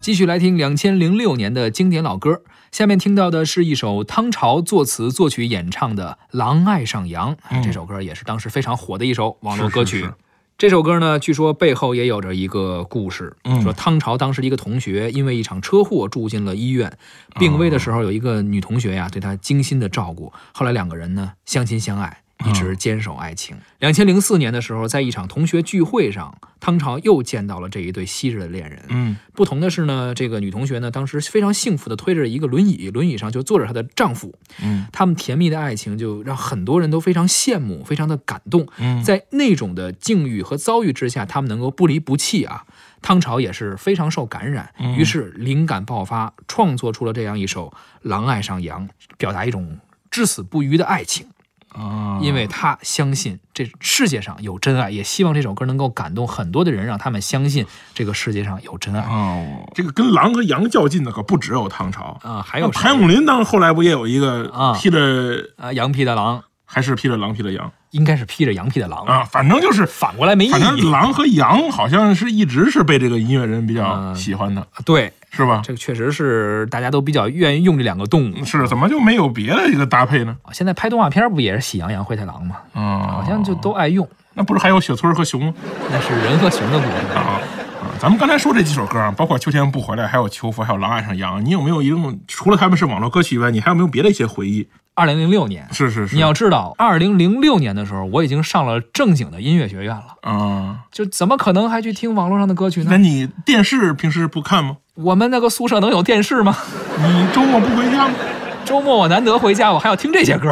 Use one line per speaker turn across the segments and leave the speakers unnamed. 继续来听两千零六年的经典老歌，下面听到的是一首汤潮作词作曲演唱的《狼爱上羊》，哎
嗯
这首歌也是当时非常火的一首网络
是
歌
是
曲。
是
这首歌呢，据说背后也有着一个故事，
嗯
说汤潮当时一个同学因为一场车祸住进了医院，病危的时候有一个女同学呀对他精心的照顾，后来两个人呢相亲相爱。一直坚守爱
嗯
情。两千零四年的时候，在一场同学聚会上，汤潮又见到了这一对昔日的恋人。
嗯
不同的是呢，这个女同学呢，当时非常幸福的推着一个轮椅，轮椅上就坐着她的丈夫。
嗯，
他们甜蜜的爱情就让很多人都非常羡慕，非常的感动。
嗯
在那种的境遇和遭遇之下，他们能够不离不弃啊。汤潮也是非常受感染，于是灵感爆发，创作出了这样一首《狼爱上羊》，表达一种至死不渝的爱情。
啊，
因为他相信这世界上有真爱，也希望这首歌能够感动很多的人，让他们相信这个世界上有真爱。
哦，
这个跟狼和羊较劲的可不只有唐朝，
啊，还有谁
谭咏麟当后来不也有一个
啊
披着
啊，羊皮的狼
还是披着狼披着羊
应该是披着羊皮的狼，
啊？反正就是
反过来没意
反正
义。
狼和羊好像是一直是被这个音乐人比较
嗯
喜欢的，
对，
是吧？
这个确实是大家都比较愿意用这两个动物。
是怎么就没有别的一个搭配呢？
啊现在拍动画片不也是喜羊羊、灰太狼吗？
啊，
好像就都爱用。
那不是还有雪村和熊吗？
那是人和熊的故事。
啊啊！咱们刚才说这几首歌啊，包括《秋天不回来》，还有《求佛》，还有《狼爱上羊》，你有没有一种除了他们是网络歌曲以外，你还有没有别的一些回忆？
二零零六年，
是是是，
你要知道，二零零六年的时候，我已经上了正经的音乐学院了，
啊，
就怎么可能还去听网络上的歌曲呢
那？你电视平时不看吗？
我们那个宿舍能有电视吗？
你周末不回家吗？
周末我难得回家，我还要听这些歌。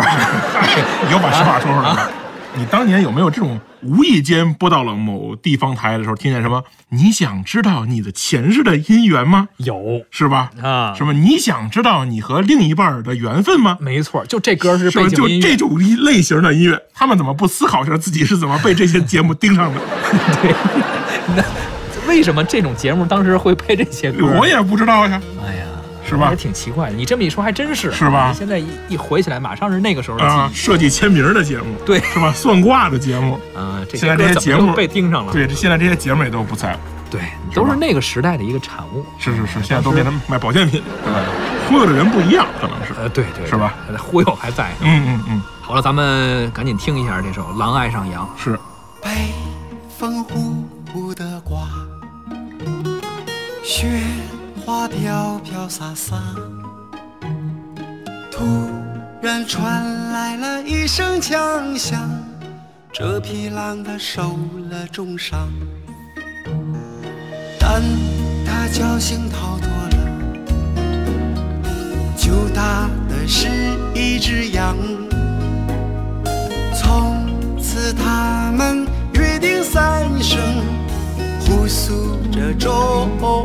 你要把实话说出来
啊
吧。你当年有没有这种无意间播到了某地方台的时候，听见什么？你想知道你的前世的姻缘吗？
有
是吧？
啊
什么？你想知道你和另一半的缘分吗？
没错，就这歌是
是吧？
背景
就
音乐。
这种类型的音乐，他们怎么不思考一下自己是怎么被这些节目盯上的？
对，那为什么这种节目当时会配这些歌？
我也不知道呀，
哎呀，
是吧
还挺奇怪的。你这么一说，还真是
是吧
你现在一一回起来，马上是那个时候的
啊，
记忆。
设计签名的节目，
对
是吧？算卦的节目，
啊，这
现在
些
这些
歌怎么
节目
就被盯上了？
对，这现在这些节目也都不在了，
对，都是那个时代的一个产物。
是是是，现在都变成卖保健品，对吧？忽悠的人不一样，可能是，
呃，对对，对
是吧？
忽悠还在。
嗯嗯嗯，
好了，咱们赶紧听一下这首《狼爱上羊》。
是，
北风呼呼的刮，雪花飘飘洒洒。突然传来了一声枪响，这匹狼它受了重伤，但它侥幸逃脱了。救它的是一只羊。从此他们约定三生，互诉着衷啊啊啊